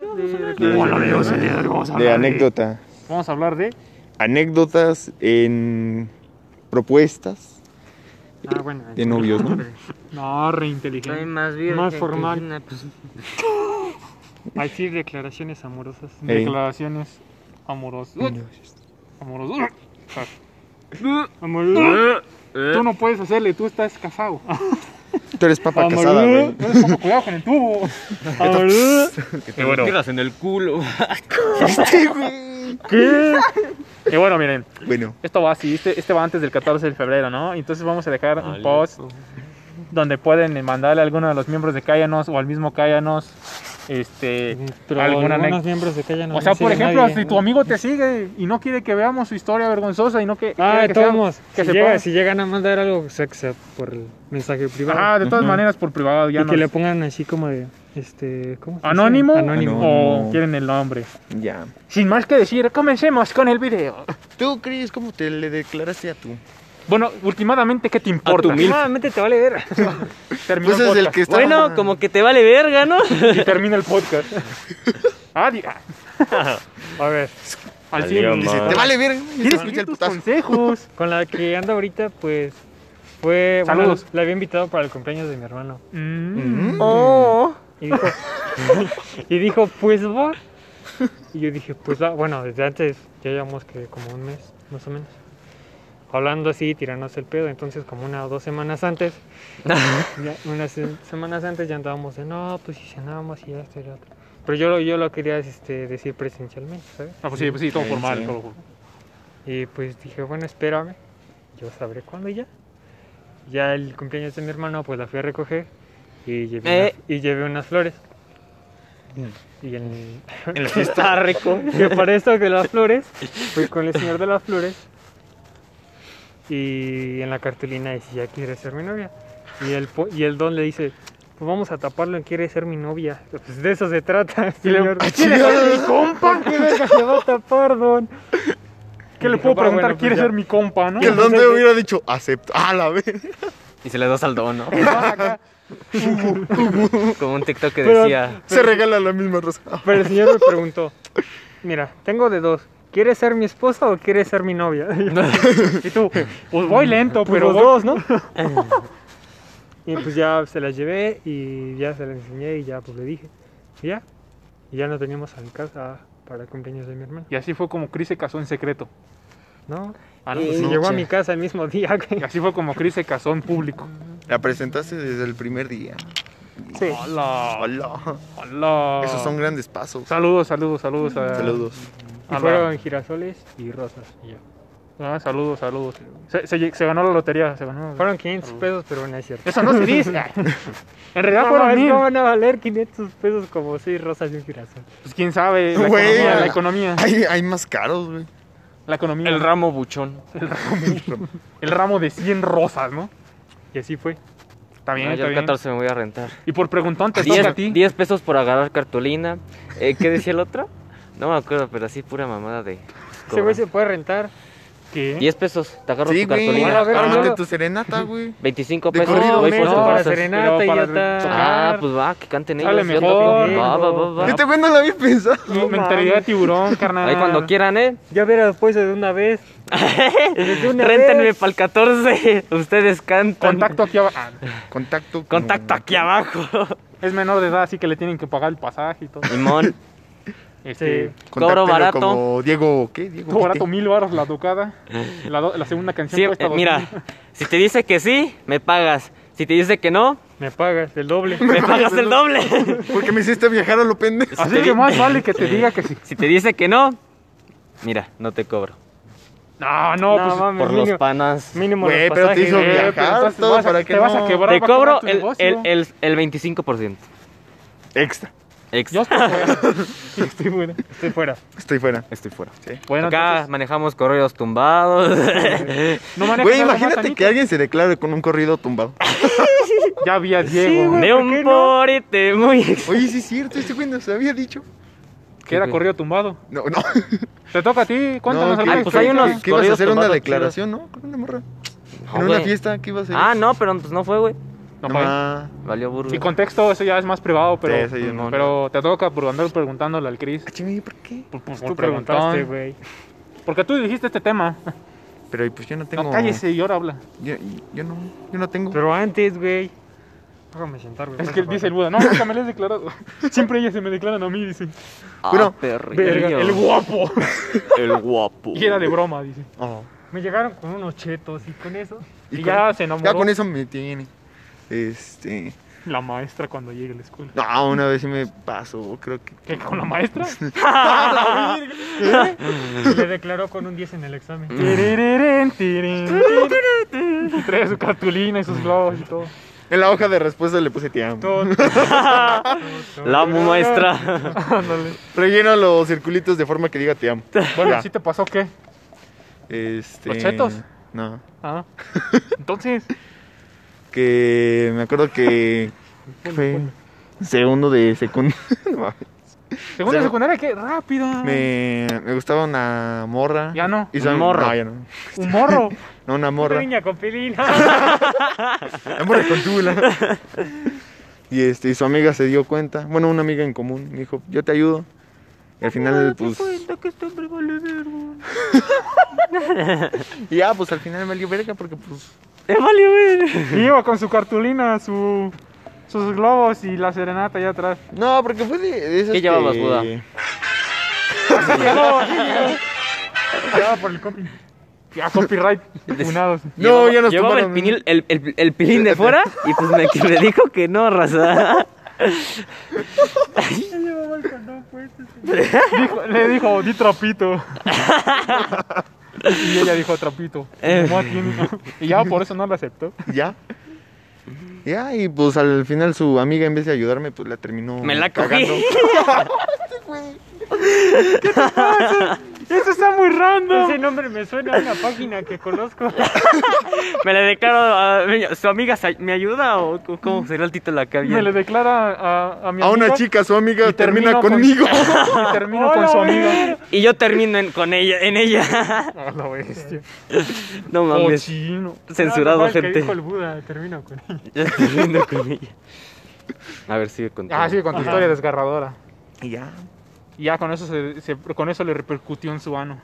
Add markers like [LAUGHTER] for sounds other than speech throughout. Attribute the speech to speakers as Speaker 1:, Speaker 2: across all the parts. Speaker 1: de,
Speaker 2: Sí,
Speaker 3: Bueno,
Speaker 2: sí,
Speaker 3: amigos,
Speaker 2: sí.
Speaker 3: el día de hoy vamos a
Speaker 2: De
Speaker 3: hablar
Speaker 2: anécdota.
Speaker 1: Vamos a hablar de.
Speaker 2: Anécdotas en propuestas
Speaker 1: Ah, bueno.
Speaker 2: de novios, ¿no?
Speaker 1: No,
Speaker 3: Soy
Speaker 1: reinteligente.
Speaker 3: más virgen.
Speaker 1: Más
Speaker 3: que
Speaker 1: formal.
Speaker 3: una persona.
Speaker 1: Así declaraciones amorosas.
Speaker 2: Ey.
Speaker 1: Declaraciones amorosas. Amorosas. Amorosas. Tú no puedes hacerle, tú estás [LAUGHS] casado.
Speaker 2: Tú eres papa
Speaker 1: Amorosas.
Speaker 2: casada, güey.
Speaker 1: Entonces, como cuidado con el tubo. Amorosas.
Speaker 4: Que
Speaker 1: Y
Speaker 4: te
Speaker 1: bueno.
Speaker 4: entierras en el culo.
Speaker 1: [LAUGHS]
Speaker 4: [LAUGHS]
Speaker 1: ¿Qué? Y bueno, miren,
Speaker 2: Bueno,
Speaker 1: esto va así, este, este va antes del 14 de febrero, ¿no? Entonces vamos a dejar un post donde pueden eh, mandarle a alguno de los miembros de Cállanos o al mismo Cállanos este,
Speaker 5: Pero
Speaker 1: alguna
Speaker 5: algunos
Speaker 1: anécdota.
Speaker 5: miembros de calle no
Speaker 1: O sea,
Speaker 5: no
Speaker 1: por
Speaker 5: siguen
Speaker 1: ejemplo,
Speaker 5: nadie.
Speaker 1: si tu amigo te sigue y no quiere que veamos su historia vergonzosa y no que...
Speaker 5: Ah,
Speaker 1: quiere
Speaker 5: de
Speaker 1: que sea-
Speaker 5: todos modos,
Speaker 1: que
Speaker 5: si,
Speaker 1: se
Speaker 5: llega,
Speaker 1: ponga-
Speaker 5: si llegan a mandar algo, o sea, que sea por el mensaje privado.
Speaker 1: Ajá, de todas
Speaker 2: Ujú.
Speaker 1: maneras por privado
Speaker 5: y
Speaker 1: ya no...
Speaker 5: que le pongan así como de, este, ¿cómo se dice?
Speaker 1: ¿Anónimo?
Speaker 5: Anónimo.
Speaker 1: ¿O
Speaker 2: Anónimo.
Speaker 1: quieren el nombre?
Speaker 2: ya.
Speaker 1: Sin más que decir, comencemos con el video.
Speaker 2: ¿Tú crees cómo te le declaraste a tú?
Speaker 1: Bueno, últimamente, ¿qué te importa? Ah,
Speaker 3: Últimamente te vale verga.
Speaker 1: Terminó
Speaker 2: Pues
Speaker 1: el
Speaker 2: es el
Speaker 1: podcast.
Speaker 2: que está.
Speaker 3: Bueno, como que te vale verga, ¿no?
Speaker 1: y termina el podcast. Adiós. A ver. Al cielo.
Speaker 4: Adiós,
Speaker 1: Dice,
Speaker 4: ma.
Speaker 2: Te vale bien.
Speaker 1: ¿Quieres
Speaker 2: Escucha
Speaker 1: escuchar
Speaker 2: el
Speaker 1: tus
Speaker 2: putazo.
Speaker 1: consejos?
Speaker 5: Con la que ando ahorita, pues, fue... bueno,
Speaker 1: Saludos.
Speaker 5: la había invitado para el cumpleaños de mi hermano.
Speaker 1: Mm.
Speaker 3: Oh.
Speaker 5: Y dijo, [LAUGHS] y dijo, pues va. Y yo dije, pues va. Bueno, desde antes ya llevamos que como un mes, más o menos. Hablando así, tirarnos el pedo. Entonces, como una o dos semanas antes, ya, unas se- semanas antes ya andábamos de no, pues si cenábamos y esto y lo otro. Pero yo, lo- yo lo quería este, decir presencialmente, ¿sabes?
Speaker 1: Ah, pues sí, pues sí, todo
Speaker 2: Sí,
Speaker 1: formal.
Speaker 2: sí.
Speaker 1: todo.
Speaker 5: Y pues dije, bueno, espérame, yo sabré cuándo ya. Ya el cumpleaños de mi hermano, pues la fui a recoger y llevé,
Speaker 3: Eh.
Speaker 5: una- y llevé unas flores. Y en, [LAUGHS] Ah,
Speaker 3: Está rico.
Speaker 5: que para esto que las flores, fui con el señor de las flores y en la cartulina decía, ¿quieres ser mi novia? Y el, po- y el don le dice, pues vamos a taparlo en quiere ser mi novia. Pues de eso se trata, señor. [LAUGHS]
Speaker 1: ¿Quieres ser
Speaker 2: pues,
Speaker 1: mi
Speaker 5: ¿Por
Speaker 2: [LAUGHS]
Speaker 1: compa?
Speaker 5: qué verga se va a tapar, don?
Speaker 1: ¿Qué le
Speaker 5: Dije,
Speaker 1: puedo
Speaker 5: "Ah,
Speaker 1: preguntar?
Speaker 5: bueno, pues
Speaker 1: ¿Quieres
Speaker 5: ya".
Speaker 1: ser mi compa, no? Pues
Speaker 2: Y el don te hubiera dicho, acepto. A la vez.
Speaker 4: Y se le das al dono. [LAUGHS] Como un TikTok que
Speaker 5: Pero-
Speaker 4: decía.
Speaker 2: [LAUGHS] Se regala la misma rosa.
Speaker 5: Pero el señor me preguntó, mira, tengo de dos. ¿Quieres ser mi esposa o quieres ser mi
Speaker 1: [LAUGHS]
Speaker 5: novia?
Speaker 1: Y tú, pues voy lento,
Speaker 5: Pues
Speaker 1: pero voy-
Speaker 5: los dos, ¿no? y pues ya se las llevé y ya se las enseñé y ya pues le dije. Y ya. Y ya nos veníamos a mi casa para el cumpleaños de mi hermano.
Speaker 1: Y así fue como Chris se casó en secreto.
Speaker 5: No,
Speaker 1: Ah, no,
Speaker 3: Y-
Speaker 1: pues
Speaker 5: se
Speaker 1: sí.
Speaker 5: llegó a
Speaker 3: sí.
Speaker 5: mi casa el mismo día.
Speaker 1: Y
Speaker 5: güey.
Speaker 1: así fue como Chris se casó en público.
Speaker 2: La presentaste desde el primer día.
Speaker 1: Hola.
Speaker 2: Hola.
Speaker 1: Hola.
Speaker 2: Esos son grandes pasos.
Speaker 1: Saludos, saludos, saludos. a-
Speaker 2: Saludos.
Speaker 5: [LAUGHS] Y
Speaker 1: a la-
Speaker 5: fueron girasoles y rosas. y ya.
Speaker 1: Ah, saludos, saludos. Se, se- se ganó la lotería, se ganó.
Speaker 5: Fueron 500 pesos, pero no es cierto.
Speaker 1: Eso no se
Speaker 5: [LAUGHS]
Speaker 1: dice. [LAUGHS] en realidad
Speaker 5: No,
Speaker 1: fueron
Speaker 5: mames,
Speaker 1: mil.
Speaker 5: ¿cómo van a valer 500 pesos como seis rosas y un girasol?
Speaker 1: Pues quién sabe. La
Speaker 2: Güey,
Speaker 1: economía, la
Speaker 2: la-
Speaker 1: economía.
Speaker 2: Hay, hay más caros, güey.
Speaker 1: La economía.
Speaker 4: El ramo buchón.
Speaker 1: [LAUGHS] El ramo de 100 rosas, ¿no?
Speaker 5: Y así fue.
Speaker 1: Está bien,
Speaker 4: No, yo
Speaker 1: está
Speaker 4: el
Speaker 1: bien.
Speaker 4: 14 me voy a rentar.
Speaker 1: Y por preguntón te toca a
Speaker 4: 10,
Speaker 1: ti.
Speaker 4: 10 pesos por agarrar cartulina. Eh, ¿Qué decía el otro? No me acuerdo, pero así pura mamada de.
Speaker 5: Ese güey se puede rentar.
Speaker 1: ¿Qué?
Speaker 4: 10 pesos, te agarro
Speaker 2: Sí,
Speaker 4: tu
Speaker 2: güey.
Speaker 4: cartulina.
Speaker 5: A la verga,
Speaker 2: Ármate
Speaker 5: luego-
Speaker 2: tu serenata, güey.
Speaker 4: 25
Speaker 2: De
Speaker 4: pesos,
Speaker 2: corrido,
Speaker 4: voy
Speaker 5: menos
Speaker 4: por
Speaker 1: no,
Speaker 4: tus
Speaker 5: para
Speaker 4: rosas.
Speaker 5: serenata y
Speaker 1: Pero
Speaker 5: ya
Speaker 1: para
Speaker 5: está.
Speaker 4: Ah, pues va, que canten ellos.
Speaker 1: Sale
Speaker 4: yo
Speaker 1: mejor.
Speaker 4: toco. Va, va, va, va.
Speaker 2: Este güey no la había pensado.
Speaker 1: No, Mentalidad de tiburón, carnal.
Speaker 4: [LAUGHS] Ahí cuando quieran, ¿eh?
Speaker 5: Ya verás pues de
Speaker 1: [LAUGHS]
Speaker 5: una vez. Desde una
Speaker 4: Réntenme
Speaker 5: vez.
Speaker 4: para el 14. [LAUGHS] Ustedes cantan.
Speaker 1: Contacto aquí abajo. Ah,
Speaker 2: Contacto.
Speaker 4: Contacto aquí abajo.
Speaker 1: es menor de edad, así que le tienen que pagar el pasaje y todo.
Speaker 4: Limón.
Speaker 1: Este,
Speaker 2: Contáctelo
Speaker 4: Cobro barato.
Speaker 2: Como Diego, ¿qué? Diego.
Speaker 1: tú barato
Speaker 2: Quite.
Speaker 1: mil baros la tocada. La, do- la segunda canción
Speaker 4: Sí,
Speaker 1: cuesta
Speaker 4: eh,
Speaker 1: dos mil.
Speaker 4: mira, si te dice que sí, me pagas. Si te dice que no,
Speaker 5: Me pagas el doble.
Speaker 4: me pagas el doble.
Speaker 2: Porque me hiciste viajar a lo pendejo.
Speaker 1: Así que más vale que te diga
Speaker 4: [LAUGHS]
Speaker 1: que sí.
Speaker 4: Si te dice que no, mira, no te cobro.
Speaker 1: No, no,
Speaker 5: No,
Speaker 1: pues.
Speaker 5: mames,
Speaker 4: Por los
Speaker 5: mínimo,
Speaker 4: panas.
Speaker 5: mínimo
Speaker 2: Güey,
Speaker 5: los
Speaker 2: pero te
Speaker 5: pasajes,
Speaker 2: hizo
Speaker 5: güey.
Speaker 1: eh,
Speaker 2: viajar
Speaker 1: pero entonces
Speaker 2: todo
Speaker 1: te vas a-
Speaker 2: para que
Speaker 1: te vas
Speaker 2: no-
Speaker 1: a quebrar.
Speaker 4: Te
Speaker 1: va a quebrar
Speaker 4: cobro
Speaker 1: tu
Speaker 4: el,
Speaker 1: negocio.
Speaker 4: el, el, el 25%.
Speaker 2: Extra.
Speaker 4: Ex.
Speaker 1: Yo estoy fuera.
Speaker 5: Estoy fuera. Estoy fuera.
Speaker 2: Estoy fuera.
Speaker 4: estoy fuera.
Speaker 2: Sí.
Speaker 1: Bueno,
Speaker 4: Acá
Speaker 1: entonces,
Speaker 4: manejamos correos tumbados.
Speaker 1: no manejes
Speaker 2: Güey,
Speaker 1: nada más,
Speaker 2: imagínate
Speaker 1: Anita.
Speaker 2: que alguien se declare con un corrido tumbado.
Speaker 1: Ya había Diego.
Speaker 5: güey.
Speaker 4: De un
Speaker 5: qué no?
Speaker 4: porite muy. ex-
Speaker 2: Oye, sí es cierto, este güey nos había dicho.
Speaker 1: Que era corrido tumbado.
Speaker 2: No, no.
Speaker 1: Te toca a ti,
Speaker 2: no,
Speaker 1: cuéntanos alguna
Speaker 2: que-
Speaker 4: pues hay
Speaker 1: historia.
Speaker 4: unos
Speaker 2: que- que ibas a
Speaker 4: corridos
Speaker 2: hacer una
Speaker 4: tumbados
Speaker 2: declaración, ¿no? Con una morra.
Speaker 4: No,
Speaker 2: en una
Speaker 4: güey.
Speaker 2: fiesta, ¿qué ibas a hacer?
Speaker 4: Ah, no, pero pues no fue, güey.
Speaker 1: No,
Speaker 2: No
Speaker 1: fue.
Speaker 2: ma.
Speaker 4: Valió burro.
Speaker 1: Y contexto, eso ya es más privado, pero, pues,
Speaker 2: Sí, eso yo no-
Speaker 1: pero te toca por andar preguntándole al Chris.
Speaker 2: Ah, chinga, ¿y ¿por qué?
Speaker 1: Por, por-
Speaker 5: Pues, Tú
Speaker 1: por preguntaste,
Speaker 5: preguntaste,
Speaker 1: güey.
Speaker 5: güey.
Speaker 1: Porque tú dijiste este tema.
Speaker 2: Pero y, pues yo no tengo.
Speaker 1: No, cállese y ahora habla.
Speaker 2: Yo, yo no, yo no tengo.
Speaker 5: Pero antes, güey. Déjame sentar, güey.
Speaker 1: Es
Speaker 5: por
Speaker 1: que
Speaker 5: favor.
Speaker 1: dice el Buda, no, nunca me lo he declarado. Siempre ellas se me declaran a mí, dice.
Speaker 4: Ah,
Speaker 2: Bueno,
Speaker 4: perrillo.
Speaker 5: verga,
Speaker 2: [LAUGHS]
Speaker 1: El guapo.
Speaker 4: El guapo.
Speaker 1: Y era de broma, dice.
Speaker 2: Oh.
Speaker 5: Me llegaron con unos chetos y con eso.
Speaker 1: Y
Speaker 2: con-
Speaker 1: ya se enamoró
Speaker 2: Ya con eso me tiene. Este.
Speaker 1: la maestra cuando llegue a la escuela.
Speaker 2: No, una vez sí me pasó, creo que.
Speaker 1: ¿Qué, con
Speaker 2: [LAUGHS]
Speaker 1: la maestra? [LAUGHS]
Speaker 5: Y le declaró con un 10 en el examen.
Speaker 1: Tiriririrín, tirín, tirín. Y trae su cartulina y sus globos y todo.
Speaker 2: En la hoja de respuesta le puse te amo.
Speaker 5: Todo-
Speaker 4: La muestra.
Speaker 1: Ándale.
Speaker 2: Relleno los circulitos de forma que diga te amo.
Speaker 1: Bueno,
Speaker 2: Ya.
Speaker 1: ¿sí te pasó qué?
Speaker 2: Este.
Speaker 1: ¿Los chetos?
Speaker 2: No. [LAUGHS]
Speaker 1: Ah. Entonces,
Speaker 2: Que me acuerdo que. ¿qué fue? Segundo de secundaria. [LAUGHS] No mames.
Speaker 1: segunda
Speaker 2: Se-
Speaker 1: secundaria, ¿qué? Rápido.
Speaker 2: me, me gustaba una morra.
Speaker 1: Ya no.
Speaker 2: Y saben-
Speaker 4: Morro.
Speaker 2: No, ya no.
Speaker 1: Un morro.
Speaker 2: [LAUGHS] No, una
Speaker 5: Una
Speaker 2: morra.
Speaker 5: niña con pilina.
Speaker 2: La morra con tula. Y, este, y su amiga se dio cuenta. Bueno, una amiga en común. Me dijo, yo te ayudo. Y al
Speaker 1: Ah,
Speaker 4: [LAUGHS]
Speaker 2: final, pues. y ya, pues al final me valió verga porque, pues.
Speaker 4: Es valió ver.
Speaker 1: Y iba con su cartulina, su, sus globos y la serenata allá atrás.
Speaker 2: No, porque fue de. de esas
Speaker 4: ¿Qué llevabas,
Speaker 2: que-
Speaker 4: Buda?
Speaker 1: Ya por el copy.
Speaker 2: [LAUGHS]
Speaker 1: Ya copyright. Funados.
Speaker 2: No, ya nos
Speaker 4: Llevaba el,
Speaker 2: tumbaron.
Speaker 4: pinil- el, el, el pilín
Speaker 2: [LAUGHS]
Speaker 4: de fuera y pues me, que me dijo que no, raza.
Speaker 1: Dijo- le dijo, di
Speaker 2: [LAUGHS]
Speaker 1: trapito. y ella dijo trapito.
Speaker 4: Eh.
Speaker 1: Como a ti, ¿no? Y ya por eso no la aceptó.
Speaker 2: Ya. Ya, y pues al final su amiga, en vez de ayudarme, pues la terminó.
Speaker 4: Me la cogí.
Speaker 2: cagando.
Speaker 1: Eso está muy random.
Speaker 5: [LAUGHS] Ese nombre me suena a una página que conozco.
Speaker 4: [LAUGHS] Me le declaro a su amiga, ¿se- ¿me ayuda o c- cómo sería el título acá?
Speaker 1: Me
Speaker 4: bien?
Speaker 1: le declara a, a mi
Speaker 2: A una
Speaker 1: amiga
Speaker 2: chica, su amiga,
Speaker 1: y termino
Speaker 2: termina
Speaker 1: con-
Speaker 2: conmigo.
Speaker 1: y termino con su amiga.
Speaker 4: Y yo termino en, con ella, en ella. [LAUGHS]
Speaker 1: A la bestia.
Speaker 4: No mames.
Speaker 1: Cochino.
Speaker 4: Censurado,
Speaker 5: Ah, no, el que
Speaker 4: gente.
Speaker 5: dijo el Buda, termino con [LAUGHS] ella.
Speaker 4: Yo termino con ella. A ver, sigue con
Speaker 1: Ah, sí, con tu historia desgarradora.
Speaker 2: [LAUGHS] Y ya.
Speaker 1: Y ya con eso, se, se- con eso le repercutió en su ano.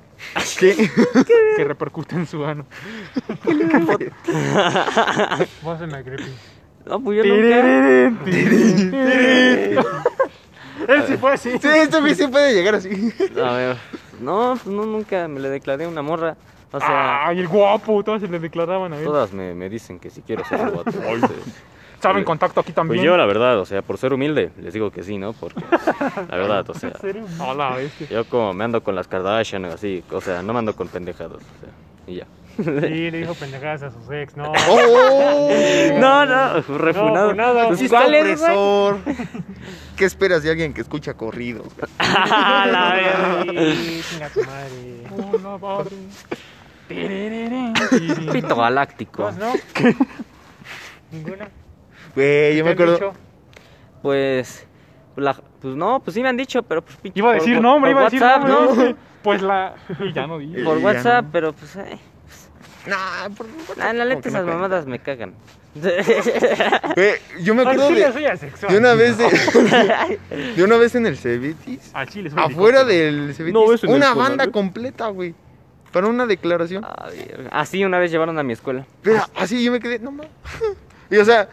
Speaker 2: ¿Qué?
Speaker 1: [LAUGHS] Que repercute en su ano.
Speaker 5: Vos se me agripí.
Speaker 4: No, pues yo nunca.
Speaker 1: [LAUGHS] Él sí fue así.
Speaker 2: Sí, este güey sí puede llegar así.
Speaker 4: A ver. No, pues, no, nunca me le declaré a una morra. O sea,
Speaker 1: Ay, el guapo, todas se le declaraban a él.
Speaker 4: todas me, me dicen que si quiero ser un [LAUGHS] guapo. entonces,
Speaker 1: Saben contacto aquí
Speaker 4: Pues
Speaker 1: también.
Speaker 4: yo, la verdad, o sea, por ser humilde, les digo que sí, ¿no? Porque, la verdad, o sea,
Speaker 1: A la bestia.
Speaker 4: yo como me ando con las Kardashian o así, o sea, no me ando con pendejados, o sea, y ya.
Speaker 5: Sí, le dijo pendejadas
Speaker 1: [LAUGHS]
Speaker 5: a sus ex, no.
Speaker 2: ¡Oh!
Speaker 4: No, no, refunado.
Speaker 5: funado.
Speaker 4: Pues,
Speaker 2: Sí está
Speaker 4: ¿Cuál es, güey?
Speaker 2: opresor. ¿Qué esperas de alguien que escucha corridos? güey?
Speaker 4: A la verga.
Speaker 5: Sí, [LAUGHS] chinga tu madre.
Speaker 1: Una madre. Tiririrín,
Speaker 4: Pito
Speaker 1: tiririrín.
Speaker 4: galáctico.
Speaker 5: ¿Vos no? ¿Ninguna?
Speaker 2: Güey, yo me
Speaker 5: ¿Te han
Speaker 2: acuerdo.
Speaker 4: Pues, pues, la- pues no, pues sí me han dicho, pero pues pinche-
Speaker 1: Iba a
Speaker 4: por-
Speaker 1: decir
Speaker 4: por-
Speaker 1: nombre,
Speaker 4: por
Speaker 1: iba a decir
Speaker 4: WhatsApp,
Speaker 1: nombre. ¿no? Pues la. y Ya no dije.
Speaker 2: Eh,
Speaker 4: [LAUGHS] Por
Speaker 2: ya
Speaker 4: WhatsApp,
Speaker 2: no.
Speaker 4: pero pues, eh,
Speaker 2: Nah, por favor.
Speaker 4: la,
Speaker 2: Como
Speaker 4: la neta
Speaker 2: que no
Speaker 4: esas
Speaker 2: cuenta.
Speaker 4: mamadas me cagan.
Speaker 2: Güey, yo me
Speaker 4: Pues
Speaker 5: Al
Speaker 2: acuerdo
Speaker 5: chile
Speaker 2: de,
Speaker 5: soy asexual.
Speaker 2: de una vez de,
Speaker 4: [LAUGHS]
Speaker 2: de [LAUGHS] una vez en el Cevitis.
Speaker 1: Al chile. es un
Speaker 2: Afuera
Speaker 1: helicóptero.
Speaker 2: del Cevitis.
Speaker 4: No, eso en el
Speaker 2: una
Speaker 4: Conalep.
Speaker 2: banda completa, güey. Para una declaración.
Speaker 4: Ah, verga. Así una vez llevaron a mi escuela.
Speaker 2: Pero así yo me quedé, no mames. [LAUGHS] Y o sea,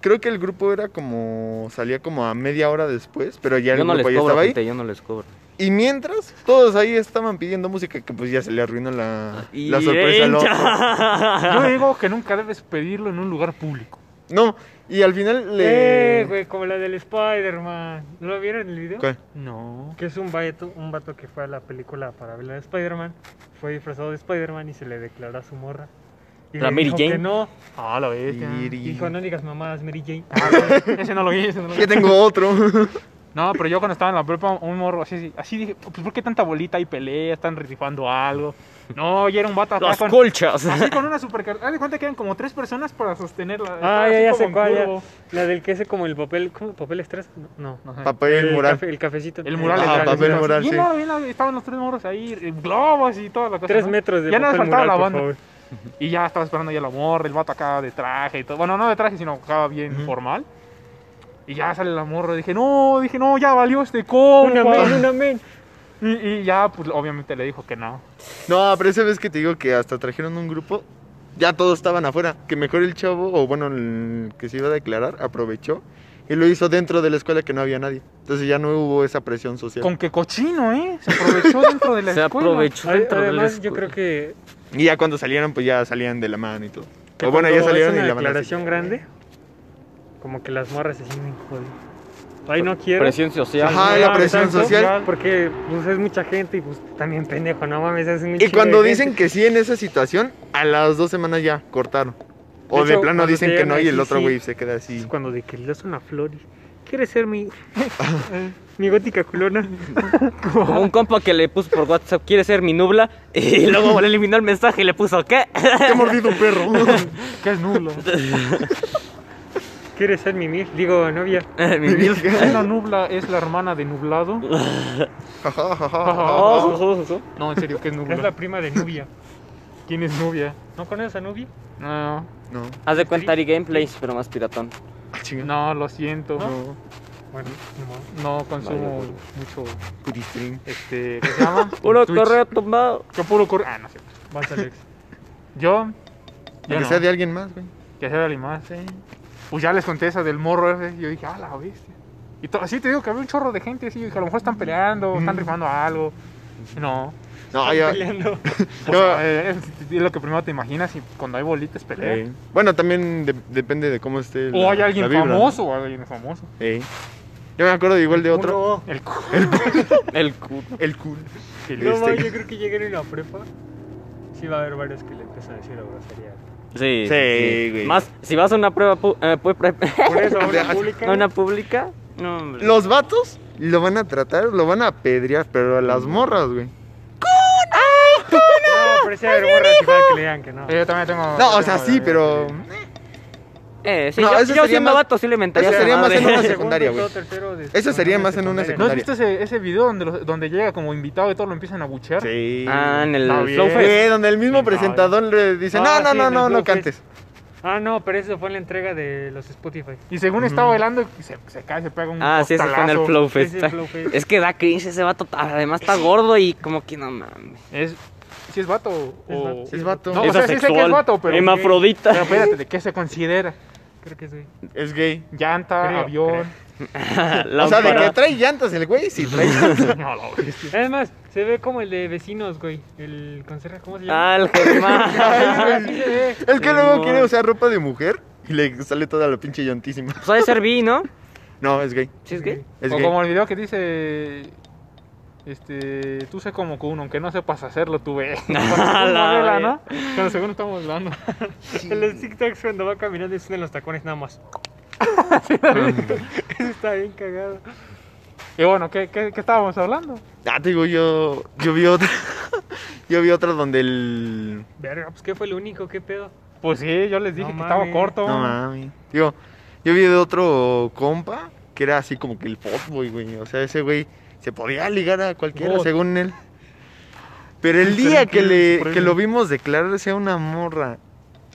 Speaker 2: creo que el grupo era como. Salía como a media hora después, pero ya el
Speaker 4: Yo no les
Speaker 2: grupo ya
Speaker 4: cobro,
Speaker 2: estaba ahí.
Speaker 4: gente, yo no les cobro.
Speaker 2: Y mientras, todos ahí estaban pidiendo música que pues ya se le arruinó la,
Speaker 4: Y
Speaker 2: la sorpresa al otro.
Speaker 1: Yo digo que nunca debes pedirlo en un lugar público.
Speaker 2: No, y al final le...
Speaker 5: Eh, güey, como la del Spider-Man. ¿No ¿Lo vieron en el video?
Speaker 2: ¿Qué?
Speaker 1: No.
Speaker 5: Que es un vato, un vato que fue a la película para ver la de Spider-Man. Fue disfrazado de Spider-Man y se le declaró a su morra. Y
Speaker 4: La
Speaker 5: le
Speaker 4: Mary
Speaker 5: dijo
Speaker 4: Jane.
Speaker 5: Que no.
Speaker 1: Ah, la bestia.
Speaker 5: [LAUGHS]
Speaker 2: Tiri.
Speaker 5: Dijo, no digas mamadas, Mary Jane.
Speaker 1: Ah, güey, ese no lo vi, ese no
Speaker 2: [LAUGHS]
Speaker 1: lo vi.
Speaker 2: Ya tengo otro.
Speaker 1: No, pero yo cuando estaba en la prepa, un morro así, así, así dije, pues ¿por qué tanta bolita y pelea? Están rifando algo. No, ya era un vato acá
Speaker 4: Las
Speaker 1: con,
Speaker 4: colchas.
Speaker 1: así con una supercar... Haz de cuenta que eran como tres personas para sostenerla.
Speaker 5: Ah,
Speaker 1: Estaba
Speaker 5: ya,
Speaker 1: así
Speaker 5: ya
Speaker 1: como
Speaker 5: sé
Speaker 1: en
Speaker 5: cuál. ya.
Speaker 1: curvo.
Speaker 5: La del que hace como el papel. ¿Cómo? ¿Papel estrés? No. no.
Speaker 1: No sé.
Speaker 2: Papel
Speaker 5: el,
Speaker 2: mural.
Speaker 5: cafe- el cafecito.
Speaker 1: El mural.
Speaker 2: Ah,
Speaker 1: el
Speaker 2: papel
Speaker 1: así.
Speaker 2: mural,
Speaker 1: Bien,
Speaker 2: sí.
Speaker 1: la- bien la- estaban los tres morros ahí, eh, globos y toda la cosa.
Speaker 5: Tres
Speaker 1: ¿no?
Speaker 5: metros de
Speaker 1: Ya nada
Speaker 5: papel
Speaker 1: faltaba
Speaker 5: mural,
Speaker 1: la
Speaker 5: por
Speaker 1: banda.
Speaker 5: favor.
Speaker 1: Y ya estaba esperando ya la morra, el vato acá de traje y todo. Bueno, no de traje, sino acá bien
Speaker 2: Ujú.
Speaker 1: formal. Y ya sale la morra. Dije, no, dije, no, ya valió este
Speaker 2: Oh,
Speaker 1: compa.
Speaker 5: Un amén, un amén.
Speaker 1: Y, y ya, pues obviamente le dijo que no.
Speaker 2: No, pero esa vez que te digo que hasta trajeron un grupo, ya todos estaban afuera. Que mejor el chavo, o bueno, el que se iba a declarar, aprovechó y lo hizo dentro de la escuela que no había nadie. Entonces ya no hubo esa presión social.
Speaker 1: Con que cochino, ¿eh? Se aprovechó dentro de la
Speaker 4: [LAUGHS] Se
Speaker 1: escuela.
Speaker 4: aprovechó
Speaker 5: Ade-
Speaker 4: dentro de la
Speaker 5: Además, yo
Speaker 4: escuela.
Speaker 5: creo que.
Speaker 2: Y ya cuando salieron, pues ya salían de la mano y todo.
Speaker 5: que
Speaker 2: o Pues bueno,
Speaker 5: cuando
Speaker 2: ya salieron
Speaker 5: es
Speaker 2: y
Speaker 5: una
Speaker 2: la van a
Speaker 5: declaración
Speaker 2: seguir.
Speaker 5: grande. Como que las morras se sienten jodidas. Ay, no quiero.
Speaker 4: Presión social.
Speaker 2: Ajá,
Speaker 5: Ah,
Speaker 2: la presión
Speaker 5: exacto,
Speaker 2: social.
Speaker 5: Porque pues, es mucha gente y pues también pendejo, no mames, es un
Speaker 2: Y
Speaker 5: chingo
Speaker 2: cuando
Speaker 5: de
Speaker 2: dicen
Speaker 5: gente.
Speaker 2: que sí en esa situación, a las dos semanas ya cortaron. O
Speaker 5: De
Speaker 2: de
Speaker 5: hecho,
Speaker 2: plano
Speaker 5: cuando
Speaker 2: dicen
Speaker 5: te
Speaker 2: que no
Speaker 5: llegan
Speaker 2: y el
Speaker 5: aquí,
Speaker 2: otro
Speaker 5: sí.
Speaker 2: güey se queda así.
Speaker 5: Es cuando de que le das una flor y quieres ser mi [LAUGHS] mi gótica culona.
Speaker 4: Como un compa que le puso por WhatsApp, quiere ser mi nubla. [LAUGHS] Y luego le eliminó el mensaje y le puso, ¿qué? [LAUGHS]
Speaker 2: ¡Qué mordido
Speaker 5: [LAUGHS]
Speaker 2: perro!
Speaker 1: Que es nulo.
Speaker 5: ¿Quieres ser mi miel? Digo, novia.
Speaker 4: mi mil.
Speaker 1: Es la nubla, es la hermana de nublado.
Speaker 2: Oh,
Speaker 1: No, en serio, que es
Speaker 5: Es la
Speaker 1: nubla?
Speaker 5: prima de Nubia.
Speaker 1: ¿Quién es nubia?
Speaker 5: ¿No conoces a Nubia?
Speaker 1: No,
Speaker 2: no,
Speaker 4: Haz de cuenta Ari Gameplays, pero más piratón.
Speaker 2: chinga.
Speaker 1: no, lo siento. No,
Speaker 2: No,
Speaker 5: Bueno, ni modo.
Speaker 1: consumo
Speaker 4: Vale,
Speaker 1: mucho.
Speaker 2: puristrín.
Speaker 1: Este, ¿Qué se llama?
Speaker 4: pues. [LAUGHS] Puro
Speaker 1: Twitch.
Speaker 4: correo tumbado.
Speaker 1: ¿Qué puro correo? Ah, no sé.
Speaker 5: vas Alex.
Speaker 1: Yo.
Speaker 2: Que
Speaker 1: yo no.
Speaker 2: sea de alguien más, güey.
Speaker 1: Que sea de alguien más, sí. Pues ya les conté esa del morro ese. Yo dije, ah, la bestia. Y to- sí, te digo que había un chorro de gente. Sí, yo dije, a lo mejor están peleando, están rifando algo. No.
Speaker 2: No, Ah, ya.
Speaker 5: Peleando.
Speaker 1: Pues,
Speaker 2: No.
Speaker 1: eh, es, es lo que primero te imaginas y cuando hay bolitas peleas.
Speaker 2: Ey. eh, Bueno, también de- depende de cómo esté.
Speaker 1: O
Speaker 2: la-
Speaker 1: hay alguien
Speaker 2: la vibra, ¿no?
Speaker 1: famoso, o alguien famoso.
Speaker 2: Ey. Yo me acuerdo igual de otro.
Speaker 5: Uno.
Speaker 1: El cu-
Speaker 4: El culo.
Speaker 2: El cool.
Speaker 1: el-
Speaker 5: No,
Speaker 2: Este-
Speaker 5: mames, yo creo que llegué en la prepa. Sí va a haber varios que le empiezan a decir
Speaker 2: [LAUGHS]
Speaker 5: la grosería.
Speaker 4: Sí,
Speaker 2: Sí, güey.
Speaker 4: Más, si vas a una prueba, pu- eh, pu- pre- [LAUGHS]
Speaker 5: Por eso, una
Speaker 2: Ajá.
Speaker 5: pública.
Speaker 4: a una pública, no, hombre.
Speaker 2: Los vatos lo van a tratar, lo van a apedrear, pero a las morras, güey.
Speaker 5: No, por eso hay morras que van a que le digan que
Speaker 1: [LAUGHS]
Speaker 5: no.
Speaker 1: Yo también tengo.
Speaker 2: Eh, No,
Speaker 1: tengo-
Speaker 2: o sea, sí, pero.
Speaker 4: Eh, sí,
Speaker 2: No,
Speaker 4: yo,
Speaker 2: eso
Speaker 4: yo
Speaker 2: sería
Speaker 4: siendo
Speaker 2: más-
Speaker 4: vato sí le mentaría
Speaker 2: eso
Speaker 4: la
Speaker 2: sería más en
Speaker 4: madre. [LAUGHS]
Speaker 2: una-
Speaker 5: Segundo,
Speaker 2: secundaria, güey.
Speaker 5: todo tercero de-
Speaker 2: Eso sería más en una
Speaker 1: ¿No has
Speaker 2: secundaria.
Speaker 1: visto ese, ese video donde, los- donde llega como invitado y todos lo empiezan a buchear?
Speaker 2: Sí.
Speaker 4: Ah, en el pues.
Speaker 1: Está bien.
Speaker 4: Flowfest.
Speaker 2: Güey, donde el mismo
Speaker 1: No,
Speaker 2: presentador le dice:
Speaker 5: Ah,
Speaker 2: No, no,
Speaker 5: sí,
Speaker 2: no,
Speaker 5: en
Speaker 2: no,
Speaker 5: el
Speaker 2: no
Speaker 5: Blue
Speaker 2: cantes.
Speaker 5: Ah, no, pero eso fue en la entrega de los Spotify.
Speaker 1: Y según está bailando, se, se cae, se pega un.
Speaker 4: Ah, sí, ese fue en el
Speaker 1: costalazo.
Speaker 4: Flowfest.
Speaker 5: Ese flow fue-
Speaker 4: Es que da cringe ese vato, además está gordo y como que no mames.
Speaker 1: Es, ¿Sí es vato
Speaker 5: Es
Speaker 1: o.?
Speaker 5: vato.
Speaker 2: Es vato.
Speaker 1: No, o sea, sí sé que es vato, pero.
Speaker 4: Hemafrodita. [LAUGHS]
Speaker 1: Pero espérate, ¿de qué se considera?
Speaker 5: Creo que sí.
Speaker 2: Es gay.
Speaker 1: Llanta,
Speaker 5: Creo,
Speaker 1: avión.
Speaker 4: [LAUGHS] La
Speaker 2: o sea, de
Speaker 4: para-
Speaker 2: que trae llantas el güey, sí
Speaker 1: [LAUGHS]
Speaker 2: trae llantas.
Speaker 1: No, la
Speaker 5: [LAUGHS]
Speaker 1: bestia.
Speaker 5: Es más, se ve como el de vecinos, güey. El conserje, ¿cómo se llama? [LAUGHS]
Speaker 4: Ah, el Germán.
Speaker 5: Ah, sí se ve.
Speaker 2: Es que
Speaker 4: Sí,
Speaker 2: luego
Speaker 4: no.
Speaker 2: quiere usar ropa de mujer y le sale toda la pinche llantísima.
Speaker 4: [LAUGHS] Pues ha de ser bi, ¿no?
Speaker 2: No, es gay.
Speaker 4: ¿Sí es gay?
Speaker 2: Es
Speaker 1: o
Speaker 2: gay.
Speaker 1: como el video que dice. Este, tú sé como que uno, aunque no sepas hacerlo, tú ve. Con la
Speaker 4: La
Speaker 1: vela,
Speaker 4: ve-
Speaker 1: ¿no? Pero según estamos hablando.
Speaker 5: En los TikToks cuando va caminando y suben los tacones nada
Speaker 2: [LAUGHS]
Speaker 5: más. Eso está bien cagado.
Speaker 1: Y bueno, ¿qué, qué, qué estábamos hablando?
Speaker 2: Ah, te digo, yo, yo vi otra. [LAUGHS] yo vi otra donde el.
Speaker 5: Verga, pues ¿qué fue lo único? ¿Qué pedo?
Speaker 1: Pues sí, yo les dije
Speaker 5: No
Speaker 1: que
Speaker 5: mames.
Speaker 1: estaba corto.
Speaker 2: No mami. Digo, yo vi de otro compa que era así como que el fuckboy, güey. O sea, ese güey se podía ligar a cualquiera,
Speaker 1: God.
Speaker 2: según él. Pero
Speaker 5: [LAUGHS]
Speaker 2: el día que, le, que lo vimos declararse a una morra,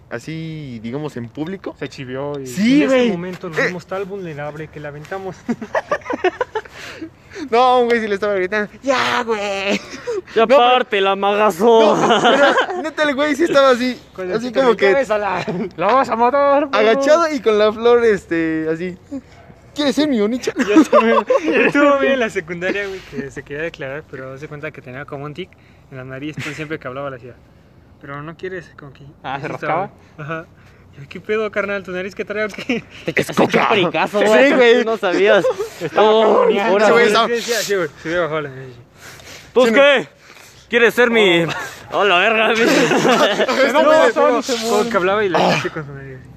Speaker 2: así, digamos, en público.
Speaker 1: Se chivió y.
Speaker 2: Sí,
Speaker 5: en
Speaker 2: güey.
Speaker 5: ese momento nos
Speaker 2: Eh.
Speaker 5: vimos tan vulnerable que la aventamos.
Speaker 2: No, un güey sí le estaba gritando, ¡ya, güey!
Speaker 4: Y aparte, la magazó.
Speaker 2: [LAUGHS] Pero neta, el güey sí estaba así,
Speaker 5: Con el
Speaker 2: así
Speaker 5: pito
Speaker 2: como
Speaker 5: de
Speaker 2: que
Speaker 5: cabeza,
Speaker 1: ¡La vas a matar! perro!
Speaker 2: agachado y con la flor, este, así. ¿Quieres ser mi unicha?
Speaker 5: [LAUGHS] Estuvo bien en la secundaria, güey, que se quería declarar, pero se cuenta que tenía como un tic en la nariz, entonces siempre que hablaba la ciudad. Pero no quieres, con que.
Speaker 1: Ah, ¿se
Speaker 5: Eso
Speaker 1: rascaba?
Speaker 5: estaba- Ajá. Yo, ¿Qué pedo, carnal? ¿Tu nariz qué trae o qué?
Speaker 4: [LAUGHS] Te echaste un pericazo,
Speaker 2: Sí,
Speaker 4: vato,
Speaker 2: güey.
Speaker 4: tú No sabías. Oh, ahora,
Speaker 2: Ese güey
Speaker 4: güey.
Speaker 2: estaba-
Speaker 5: Sí, sí, sí, güey, se había bajado la nariz.
Speaker 4: ¿Tú qué? ¿Quieres ser mi.? Oh, la verga, güey.
Speaker 1: ¡Que no puede ser!
Speaker 5: Como que hablaba y la hacía con su nariz. así.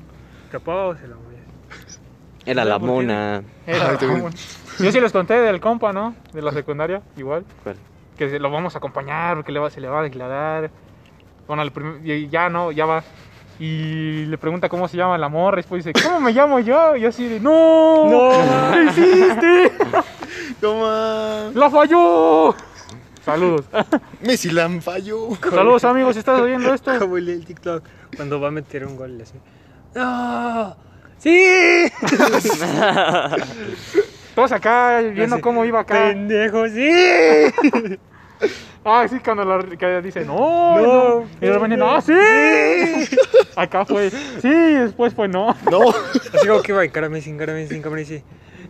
Speaker 5: Tapaba o se la movía.
Speaker 4: [LAUGHS] Era la mona.
Speaker 1: Era,
Speaker 2: Ay, te voy.
Speaker 1: vamos. Yo [LAUGHS] sí les conté del compa, ¿no? De la secundaria, igual.
Speaker 4: ¿Cuál?
Speaker 1: Que se- lo vamos a acompañar, que le va, se le va a declarar. Bueno, el prim- y ya no, ya va. Y le pregunta cómo se llama la morra. Y después dice, ¿cómo me llamo yo? Y yo así de, ¡No! ¡No! ¡Lo hiciste!
Speaker 2: Toma.
Speaker 1: ¡La falló! Saludos.
Speaker 2: Messi Lam falló.
Speaker 1: Saludos, amigos, si estás oyendo esto.
Speaker 5: Como el del TikTok, cuando va a meter un gol, le hace. ¡No! ¡Sí!
Speaker 1: Todos acá viendo
Speaker 5: Así,
Speaker 1: cómo iba acá.
Speaker 5: ¡Pendejo, sí!
Speaker 1: Ah, sí, cuando la que dice, no, no.
Speaker 5: No,
Speaker 1: Y luego viene, no, sí. [LAUGHS] Acá fue, sí, y después fue, no.
Speaker 2: No. [LAUGHS]
Speaker 5: Así como que va, encárame, sí, encárame, sí, encárame, sí.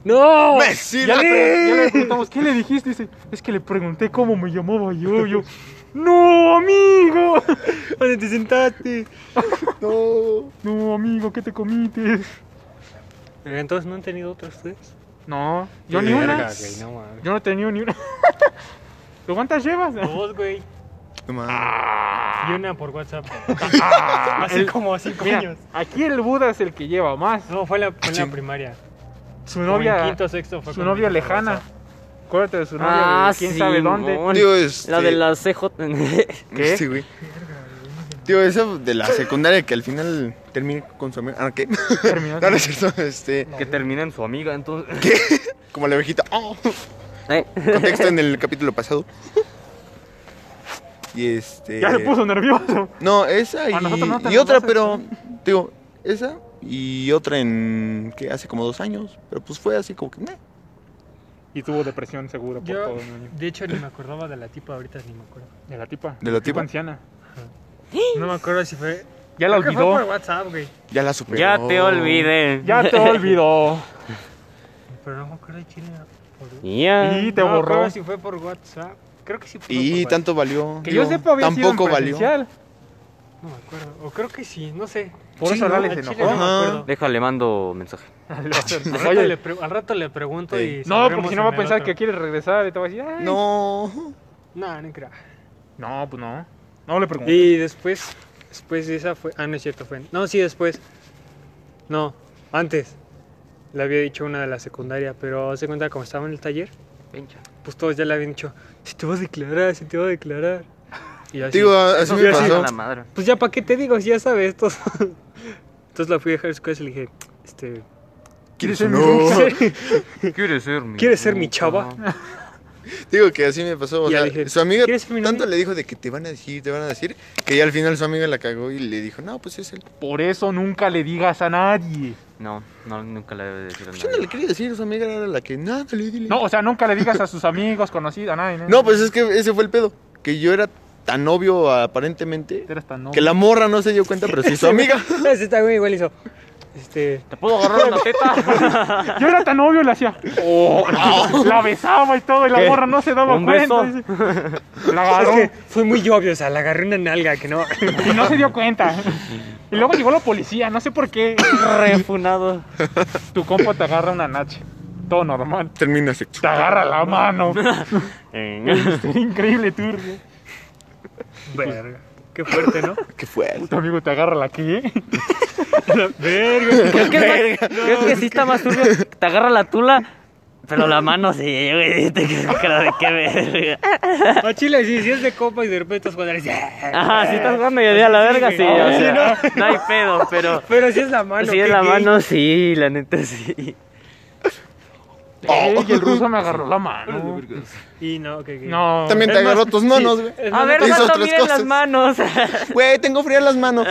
Speaker 5: ¡No!
Speaker 2: Messi
Speaker 1: Ya
Speaker 2: Lam.
Speaker 1: le, ya le preguntamos, ¿qué le dijiste? Dice, es que le pregunté cómo me llamaba yo. Yo, no, amigo. [LAUGHS]
Speaker 5: ¿Dónde te sentaste?
Speaker 2: No.
Speaker 1: No, amigo, ¿qué te comiste?
Speaker 5: Pero entonces no han tenido otros tres.
Speaker 1: No, yo
Speaker 2: Qué
Speaker 1: ni una.
Speaker 2: verga.
Speaker 5: no mames.
Speaker 1: Yo no tenía ni una. [LAUGHS] ¿Pero ¿Cuántas llevas? [LAUGHS]
Speaker 5: Dos, güey.
Speaker 2: No mames.
Speaker 5: Y una por WhatsApp.
Speaker 1: Así
Speaker 5: Hace como cinco años.
Speaker 1: Aquí el Buda es el que lleva más.
Speaker 5: No, fue en la, fue en
Speaker 2: Chin.
Speaker 5: la primaria.
Speaker 1: Su
Speaker 5: Como en
Speaker 1: novia,
Speaker 5: quinto, sexto fue
Speaker 1: su
Speaker 5: conmigo
Speaker 1: novia
Speaker 5: por
Speaker 1: lejana.
Speaker 5: WhatsApp.
Speaker 1: Acuérdate de su novia,
Speaker 4: Ah,
Speaker 1: de quién sabe dónde.
Speaker 5: [LAUGHS]
Speaker 4: Simón.
Speaker 2: Tío, este-
Speaker 4: La de la Eh, CJ. [LAUGHS]
Speaker 1: ¿Qué?
Speaker 2: Sí, güey. Tío, eso de la secundaria que al final termina con su amigo. Ah, ¿qué?
Speaker 1: Terminó.
Speaker 2: No, no es cierto. Este,
Speaker 4: que termina en su amiga, entonces.
Speaker 2: como la ovejita. Oh.
Speaker 4: Eh,
Speaker 2: Contexto en el capítulo pasado. Y este.
Speaker 1: Ya se puso nervioso.
Speaker 2: No, esa y,
Speaker 1: A nosotros no te
Speaker 2: y
Speaker 1: lo
Speaker 2: otra,
Speaker 1: vas a
Speaker 2: pero. Digo, esa y otra en. que Hace como dos años. Pero pues fue así como que. meh.
Speaker 1: Y tuvo depresión seguro por
Speaker 5: Yo,
Speaker 1: todo el año.
Speaker 5: de hecho, ni me acordaba de la tipa ahorita, ni me acuerdo.
Speaker 1: De la tipa.
Speaker 2: ¿De la tipa?
Speaker 1: anciana.
Speaker 5: No me acuerdo si fue.
Speaker 1: Ya la
Speaker 5: Creo que fue por
Speaker 1: olvidó.
Speaker 5: WhatsApp, güey.
Speaker 2: Ya la superó.
Speaker 4: ya te olvidé.
Speaker 1: Ya
Speaker 5: [LAUGHS]
Speaker 1: te olvidó.
Speaker 5: Pero no me acuerdo de quién era. Por...
Speaker 4: Ya.
Speaker 1: Y te
Speaker 5: no me
Speaker 1: borró.
Speaker 5: acuerdo si fue por WhatsApp. Creo que sí fue por
Speaker 2: Y
Speaker 5: WhatsApp.
Speaker 2: tanto valió.
Speaker 1: Pues, Que
Speaker 2: digo,
Speaker 1: yo sepa había sido en
Speaker 2: Tampoco valió.
Speaker 1: presencial.
Speaker 5: No me acuerdo. O creo que sí, no sé.
Speaker 1: Por eso
Speaker 5: no,
Speaker 1: Rales
Speaker 5: al
Speaker 1: se
Speaker 5: chile
Speaker 1: enojó.
Speaker 5: No me
Speaker 2: Ajá.
Speaker 5: acuerdo.
Speaker 4: Déjale, mando mensaje.
Speaker 5: Al rato,
Speaker 1: Oye,
Speaker 5: le pre- al rato le pregunto
Speaker 2: Ey.
Speaker 5: y.
Speaker 1: No, porque
Speaker 5: sabremos
Speaker 1: si no va
Speaker 5: en
Speaker 1: a
Speaker 5: el
Speaker 1: pensar
Speaker 5: otro.
Speaker 1: que quiere regresar y te va a decir, "Ay".
Speaker 2: No.
Speaker 5: No, no creo.
Speaker 1: No, pues no. No le pregunté.
Speaker 5: Y después, después de esa fue. Ah, no es cierto, fue. No, sí, después. No, antes. Le había dicho una de la secundaria, pero se cuenta como estaba en el taller,
Speaker 4: Pincha.
Speaker 5: pues todos ya le habían dicho, si te vas a declarar, si te vas a declarar. Y yo así,
Speaker 2: Digo, así
Speaker 5: No,
Speaker 2: me
Speaker 5: yo Pues sí.
Speaker 2: pasó.
Speaker 4: la madre.
Speaker 5: pues ya para qué te digo, si ya sabes [LAUGHS] todos. Entonces la fui a dejar a su casa y le dije,
Speaker 1: [LAUGHS]
Speaker 5: este,
Speaker 2: ¿Quieres
Speaker 1: ser
Speaker 2: o
Speaker 1: mi
Speaker 2: no?
Speaker 4: ¿Quieres ser mi
Speaker 5: ¿Quieres ser mi
Speaker 4: puta?
Speaker 5: chava?
Speaker 2: [LAUGHS] Digo que así me pasó. o
Speaker 5: Ya
Speaker 2: sea,
Speaker 5: dije,
Speaker 2: su amiga
Speaker 5: ¿quieres ser mi novia?
Speaker 2: tanto le dijo de que te van a decir, te van a decir, que ya al final su amiga la cagó y le dijo, no, pues es él.
Speaker 1: Por eso nunca le digas a nadie.
Speaker 4: No, no, nunca le debe decir a
Speaker 2: Pues Yo no le
Speaker 4: nadie.
Speaker 2: quería decir, su amiga era la que, no, dile, dile".
Speaker 1: No, o sea, nunca le digas a sus amigos, conocidos, a nadie. ¿eh?
Speaker 2: No, pues es que ese fue el pedo, que yo era tan novio aparentemente,
Speaker 1: Eres tan
Speaker 2: que la morra no se dio cuenta, pero [LAUGHS] sí su amiga.
Speaker 5: [CLEARS THROAT] Entonces esta güey igual hizo, este,
Speaker 4: ¿Te puedo agarrar una [LAUGHS] teta?
Speaker 1: novio. Yo era tan novio, le hacía.
Speaker 2: Oh,
Speaker 1: la besaba y todo, y la
Speaker 4: ¿Qué?
Speaker 1: morra no se daba
Speaker 4: ¿Un
Speaker 1: cuenta.
Speaker 4: beso?
Speaker 1: dice. La
Speaker 5: es
Speaker 1: agarró
Speaker 5: que fue muy obvio, o sea, le agarré una nalga que no.
Speaker 1: y no se dio cuenta. Y luego llegó la policía, no sé por qué.
Speaker 4: Refunado.
Speaker 1: Tu compa te agarra una nache. Todo normal.
Speaker 2: Termina sexo.
Speaker 1: Te agarra la [LAUGHS] mano. Increíble, tú.
Speaker 5: Verga. Qué fuerte, ¿no?
Speaker 2: ¿Qué fue?
Speaker 1: Tu amigo te agarra la ¿eh? qué.
Speaker 5: Verga.
Speaker 4: Creo que, es más- creo que sí está más turbio. Te agarra la tula, pero la mano sí, güey. Te quedas cara de qué verga.
Speaker 5: A Chile, sí, si es de copa y de repente estás jugando.
Speaker 4: Ajá, si estás jugando y a la verga, sí.
Speaker 1: güey.
Speaker 4: o
Speaker 1: Sí,
Speaker 4: sea, no hay pedo, pero.
Speaker 5: Pero si es la mano.
Speaker 4: Si
Speaker 5: qué
Speaker 4: es la
Speaker 5: gay.
Speaker 4: mano, sí, la neta sí.
Speaker 1: Ey, y el ruso me agarró la mano.
Speaker 5: Y no, que gay.
Speaker 1: No.
Speaker 2: También te
Speaker 5: Es más,
Speaker 2: agarró tus manos,
Speaker 5: sí,
Speaker 2: güey.
Speaker 5: es más,
Speaker 4: A ver,
Speaker 2: hizo
Speaker 4: Rato,
Speaker 2: otras
Speaker 4: miren las
Speaker 2: cosas.
Speaker 4: [LAUGHS] manos.
Speaker 2: Güey, tengo frías las manos.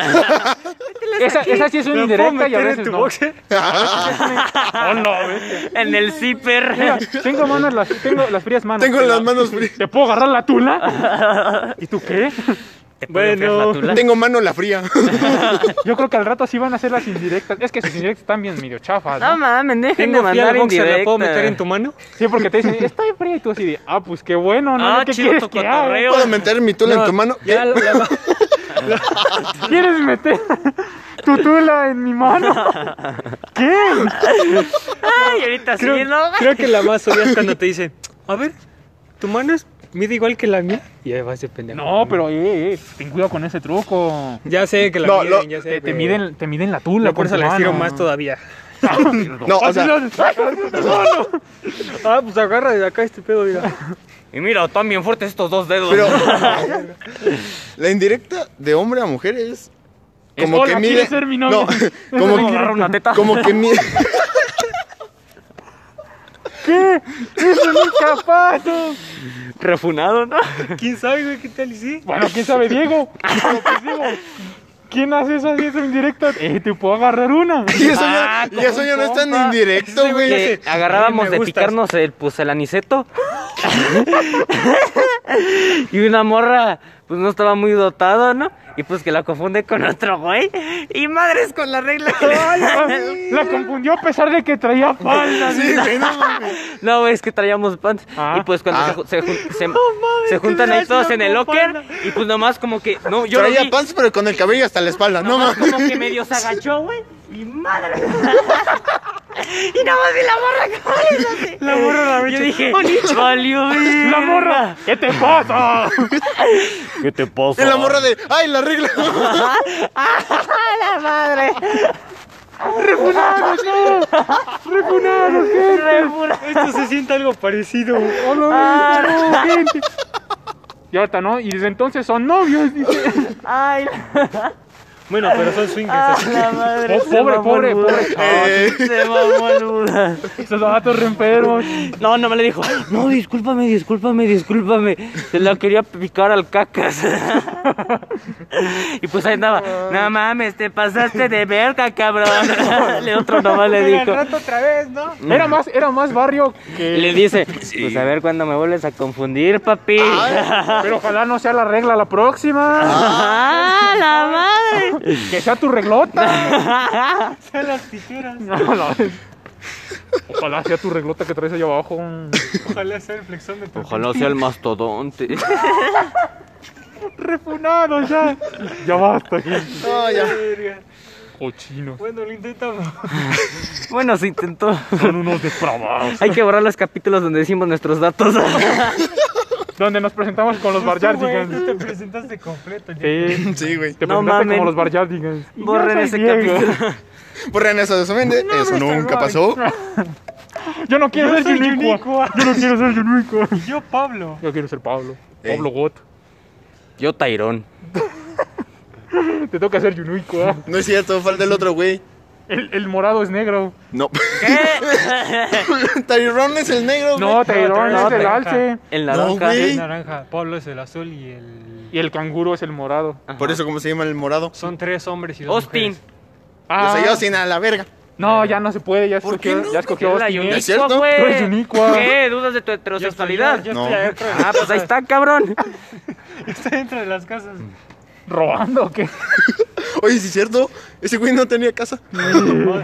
Speaker 1: Esa, esa sí es una
Speaker 5: ¿me puedo
Speaker 1: indirecta y a
Speaker 5: meter en
Speaker 1: veces
Speaker 5: tu
Speaker 1: no.
Speaker 5: boxer?
Speaker 1: Oh, no, bestia.
Speaker 4: En el
Speaker 1: Mira,
Speaker 4: zipper.
Speaker 1: tengo manos las tengo las frías manos.
Speaker 2: tengo
Speaker 1: Te
Speaker 2: las
Speaker 1: la-
Speaker 2: manos frías.
Speaker 1: ¿Te puedo agarrar la tula? ¿Y tú qué?
Speaker 4: ¿Te puede enfriar
Speaker 5: Bueno.
Speaker 4: la tula?
Speaker 2: Tengo mano la fría.
Speaker 1: Yo creo que al rato sí van a hacer las indirectas. Es que sus indirectas están bien medio chafas.
Speaker 4: No
Speaker 1: ¿no?
Speaker 4: mames, dejen de
Speaker 5: Tengo fría
Speaker 4: mandar
Speaker 5: al boxer,
Speaker 4: indirectas.
Speaker 5: ¿la puedo meter en tu mano?
Speaker 1: Sí, porque te dicen, estoy fría y tú así de, ah, pues qué bueno, ¿no?
Speaker 4: Ah,
Speaker 1: ¿Qué
Speaker 4: chido
Speaker 1: quieres
Speaker 4: tu
Speaker 1: que
Speaker 4: cotorreo.
Speaker 2: ¿Puedo meter mi tula en tu mano?
Speaker 5: Ya la, la-
Speaker 1: haga? ¿Quieres meter tu tula en mi mano? ¿Qué?
Speaker 4: Ay, ahorita sí, ¿no?
Speaker 5: creo, creo que la más obvia es cuando te dicen, a ver, tu mano es, mide igual que la mía. Y ahí vas de pendejo.
Speaker 1: No, pero eh, eh, ten cuidado con ese truco.
Speaker 5: Ya sé que la
Speaker 2: No,
Speaker 5: miden,
Speaker 2: lo-
Speaker 5: ya sé.
Speaker 1: Te, te
Speaker 5: pero-
Speaker 1: miden, te miden la tula.
Speaker 5: No, por eso
Speaker 1: con tu
Speaker 5: la estiro
Speaker 1: mano.
Speaker 5: más todavía.
Speaker 2: No, o
Speaker 1: Así
Speaker 2: sea,
Speaker 1: lo haces.
Speaker 5: Ah, pues agarra de acá este pedo, mira.
Speaker 4: Y mira, están bien fuertes estos dos dedos. [LAUGHS]
Speaker 2: Pero la indirecta de hombre a mujer es como
Speaker 1: hola,
Speaker 2: que
Speaker 1: ¿quieres
Speaker 2: mide
Speaker 1: ser mi novia?
Speaker 2: No, [LAUGHS] como [LAUGHS]
Speaker 4: agarrar una teta.
Speaker 2: como que mide
Speaker 1: qué? ¡Eso nunca pasa!
Speaker 4: Refunado, ¿no?
Speaker 5: ¿Quién sabe, güey? ¿Qué tal y sí?
Speaker 1: Bueno, ¿quién sabe, Diego? Pero, pues, Diego, ¿Quién hace esas esas indirectas? Eh, te puedo agarrar una.
Speaker 2: Y eso ya,
Speaker 4: Ah,
Speaker 2: y eso ya no es tan
Speaker 5: compa.
Speaker 2: indirecto,
Speaker 5: Ese güey ya
Speaker 2: güey.
Speaker 5: se-
Speaker 4: Que agarrábamos
Speaker 5: me
Speaker 4: de
Speaker 5: gustas.
Speaker 4: picarnos el, pues, el aniceto. [LAUGHS] y una morra, pues no estaba muy dotada, ¿no? Y pues que la confunde con otro güey. Y madres con la
Speaker 5: [LAUGHS]
Speaker 4: regla. que le-
Speaker 1: La confundió a pesar de que traía faldas.
Speaker 2: Sí, güey, no mames.
Speaker 4: No, güey, es que traíamos pants.
Speaker 1: Ah.
Speaker 4: Y pues cuando
Speaker 2: Ah.
Speaker 4: se, ju- se jun-
Speaker 5: [LAUGHS]
Speaker 4: se- se juntan ahí todos en el locker. Y pues nomás como que. No, yo lo
Speaker 2: Traía
Speaker 4: vi,
Speaker 2: pants, pero con el cabello hasta la espalda, no
Speaker 4: nomás
Speaker 2: mames. [LAUGHS]
Speaker 4: como que medio se agachó, güey. Y madre. [LAUGHS] y nomás vi la morra [LAUGHS] corriendo. La morra la Yo dije, valió verga".
Speaker 1: ¡La morra! [LAUGHS] ¿Qué te pasa?
Speaker 4: ¿Qué te pasa?
Speaker 2: En la morra de, ay, la regla.
Speaker 4: Ah, la madre.
Speaker 1: ¡Refunados, no! ¡Refunados, gente!
Speaker 5: Esto se siente algo parecido.
Speaker 4: Ah,
Speaker 1: ¡Hola, Oh, no, gente! Y ahorita, ¿no? Y desde entonces son novios. dice.
Speaker 4: Ay,
Speaker 5: Bueno, pero son swingers.
Speaker 4: ah,
Speaker 5: así que-
Speaker 4: la madre.
Speaker 1: Oh,
Speaker 4: se
Speaker 1: pobre,
Speaker 4: mamó
Speaker 1: pobre,
Speaker 4: el Buda.
Speaker 1: pobre chaval.
Speaker 2: Eh,
Speaker 4: Se mamó el Buda.
Speaker 1: Esos gatos re enfermos.
Speaker 4: [LAUGHS] No, no me le dijo. No, discúlpame, discúlpame, discúlpame. Se la quería picar al cacas. [LAUGHS] y pues ahí andaba. No mames, te pasaste de verga, [LAUGHS] cabrón. Le otro nomás le dijo.
Speaker 5: otra vez, ¿no?
Speaker 1: Era más, era más barrio que.
Speaker 4: Le dice, pues a ver cuando me vuelves a confundir, papi. [LAUGHS]
Speaker 1: Pero ojalá no sea la regla la próxima.
Speaker 4: ¡Ah, la madre!
Speaker 1: Que sea tu reglota. [LAUGHS]
Speaker 5: Son las tijeras.
Speaker 1: No, no. Ojalá sea tu reglota que traes allá abajo.
Speaker 5: Ojalá sea el flexón de tu
Speaker 4: Ojalá sea el mastodonte.
Speaker 1: Refunado ya. Ya basta, gente.
Speaker 2: [LAUGHS] no, ya.
Speaker 5: verga.
Speaker 1: Cochinos.
Speaker 5: Bueno, lo intentamos.
Speaker 4: [LAUGHS] Bueno, se intentó.
Speaker 1: Son unos depravados.
Speaker 4: Hay que borrar los capítulos donde decimos nuestros [LAUGHS] datos.
Speaker 1: Donde nos presentamos con los
Speaker 5: Pues tú, güey, tú
Speaker 1: Barjardigans.
Speaker 5: te presentaste completo. ya.
Speaker 1: Sí.
Speaker 2: Sí, güey.
Speaker 1: Te
Speaker 4: No
Speaker 1: presentaste
Speaker 4: mamen.
Speaker 1: como los Barjardigans. Y yo
Speaker 4: Borren
Speaker 1: soy
Speaker 4: ese
Speaker 1: Diego.
Speaker 4: capítulo.
Speaker 2: Borren eso de su mente. Eso nunca pasó.
Speaker 1: Yo no quiero
Speaker 5: Yo
Speaker 1: ser
Speaker 5: soy
Speaker 1: Yunicua.
Speaker 5: Yunicua.
Speaker 1: Yo no quiero ser Yunicua.
Speaker 5: Y yo, Pablo.
Speaker 1: Yo quiero ser Pablo.
Speaker 2: Ey.
Speaker 1: Pablo Got.
Speaker 4: Yo, Tairón.
Speaker 1: Te toca ser Yunicua.
Speaker 2: No es cierto, falta el otro güey.
Speaker 1: El, el morado es negro.
Speaker 2: No. [LAUGHS] Tyrone es el negro, güey.
Speaker 1: No, Tairón
Speaker 5: no,
Speaker 1: es el
Speaker 5: no.
Speaker 1: alce.
Speaker 4: En la
Speaker 2: No,
Speaker 4: roca.
Speaker 2: güey.
Speaker 5: El [LAUGHS] naranja. Pablo es el azul y el.
Speaker 1: Y el canguro es el morado.
Speaker 2: Por eso, ¿cómo se llama el morado?
Speaker 5: Son tres hombres y dos.
Speaker 4: Austin.
Speaker 5: mujeres.
Speaker 2: Yo soy
Speaker 1: Ah,
Speaker 2: Austin a la verga.
Speaker 1: No, ya no se puede. Ya
Speaker 2: ¿Por
Speaker 1: escogió,
Speaker 2: qué no?
Speaker 1: ya escogió
Speaker 4: la
Speaker 1: Austin, ¿eh?
Speaker 2: Yunicua. cierto?
Speaker 4: Yunico, güey.
Speaker 1: No es Yunicua.
Speaker 4: ¿Qué? ¿Dudas de tu
Speaker 5: Yo estoy,
Speaker 4: heterosexualidad?
Speaker 5: yo, yo
Speaker 2: No. [LAUGHS]
Speaker 5: estoy adentro de
Speaker 4: Ah, pues ahí está, cabrón.
Speaker 5: Está dentro de las casas.
Speaker 1: ¿Robando
Speaker 2: [LAUGHS]
Speaker 1: o qué?
Speaker 2: Oye, sí es cierto. Ese güey no tenía casa.
Speaker 5: Ah,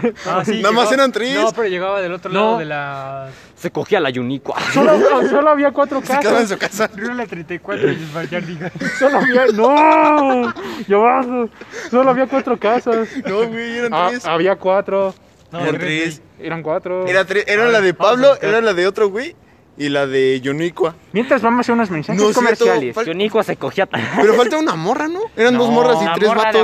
Speaker 5: sí,
Speaker 2: pues, Nada más eran tres.
Speaker 5: No, pero llegaba del otro
Speaker 1: No.
Speaker 5: lado de la.
Speaker 4: Se cogía la Yunicua.
Speaker 1: Solo, solo había cuatro
Speaker 2: Se quedaba en
Speaker 1: casas.
Speaker 2: su casa.
Speaker 5: Rula 34 y el Vallardiga.
Speaker 1: [LAUGHS] Solo había. ¡No! Yo bajo. Solo había cuatro casas.
Speaker 2: No, güey, eran
Speaker 1: Ah,
Speaker 2: tres.
Speaker 1: había cuatro.
Speaker 5: No,
Speaker 2: eran
Speaker 5: tres,
Speaker 2: tres.
Speaker 1: Eran cuatro.
Speaker 2: Era, tre- era
Speaker 5: A
Speaker 2: la
Speaker 5: ver,
Speaker 2: de
Speaker 5: vamos a
Speaker 2: Pablo,
Speaker 5: buscar.
Speaker 2: era la de otro güey y la de Yoniqua.
Speaker 1: Mientras vamos a hacer unos mensajes
Speaker 2: No es cierto,
Speaker 1: comerciales.
Speaker 2: fal-
Speaker 4: Yunicua se cogía.
Speaker 2: pero falta una morra, ¿no? Eran dos
Speaker 1: No,
Speaker 2: morras y
Speaker 4: la
Speaker 2: tres
Speaker 4: morra de
Speaker 2: vatos.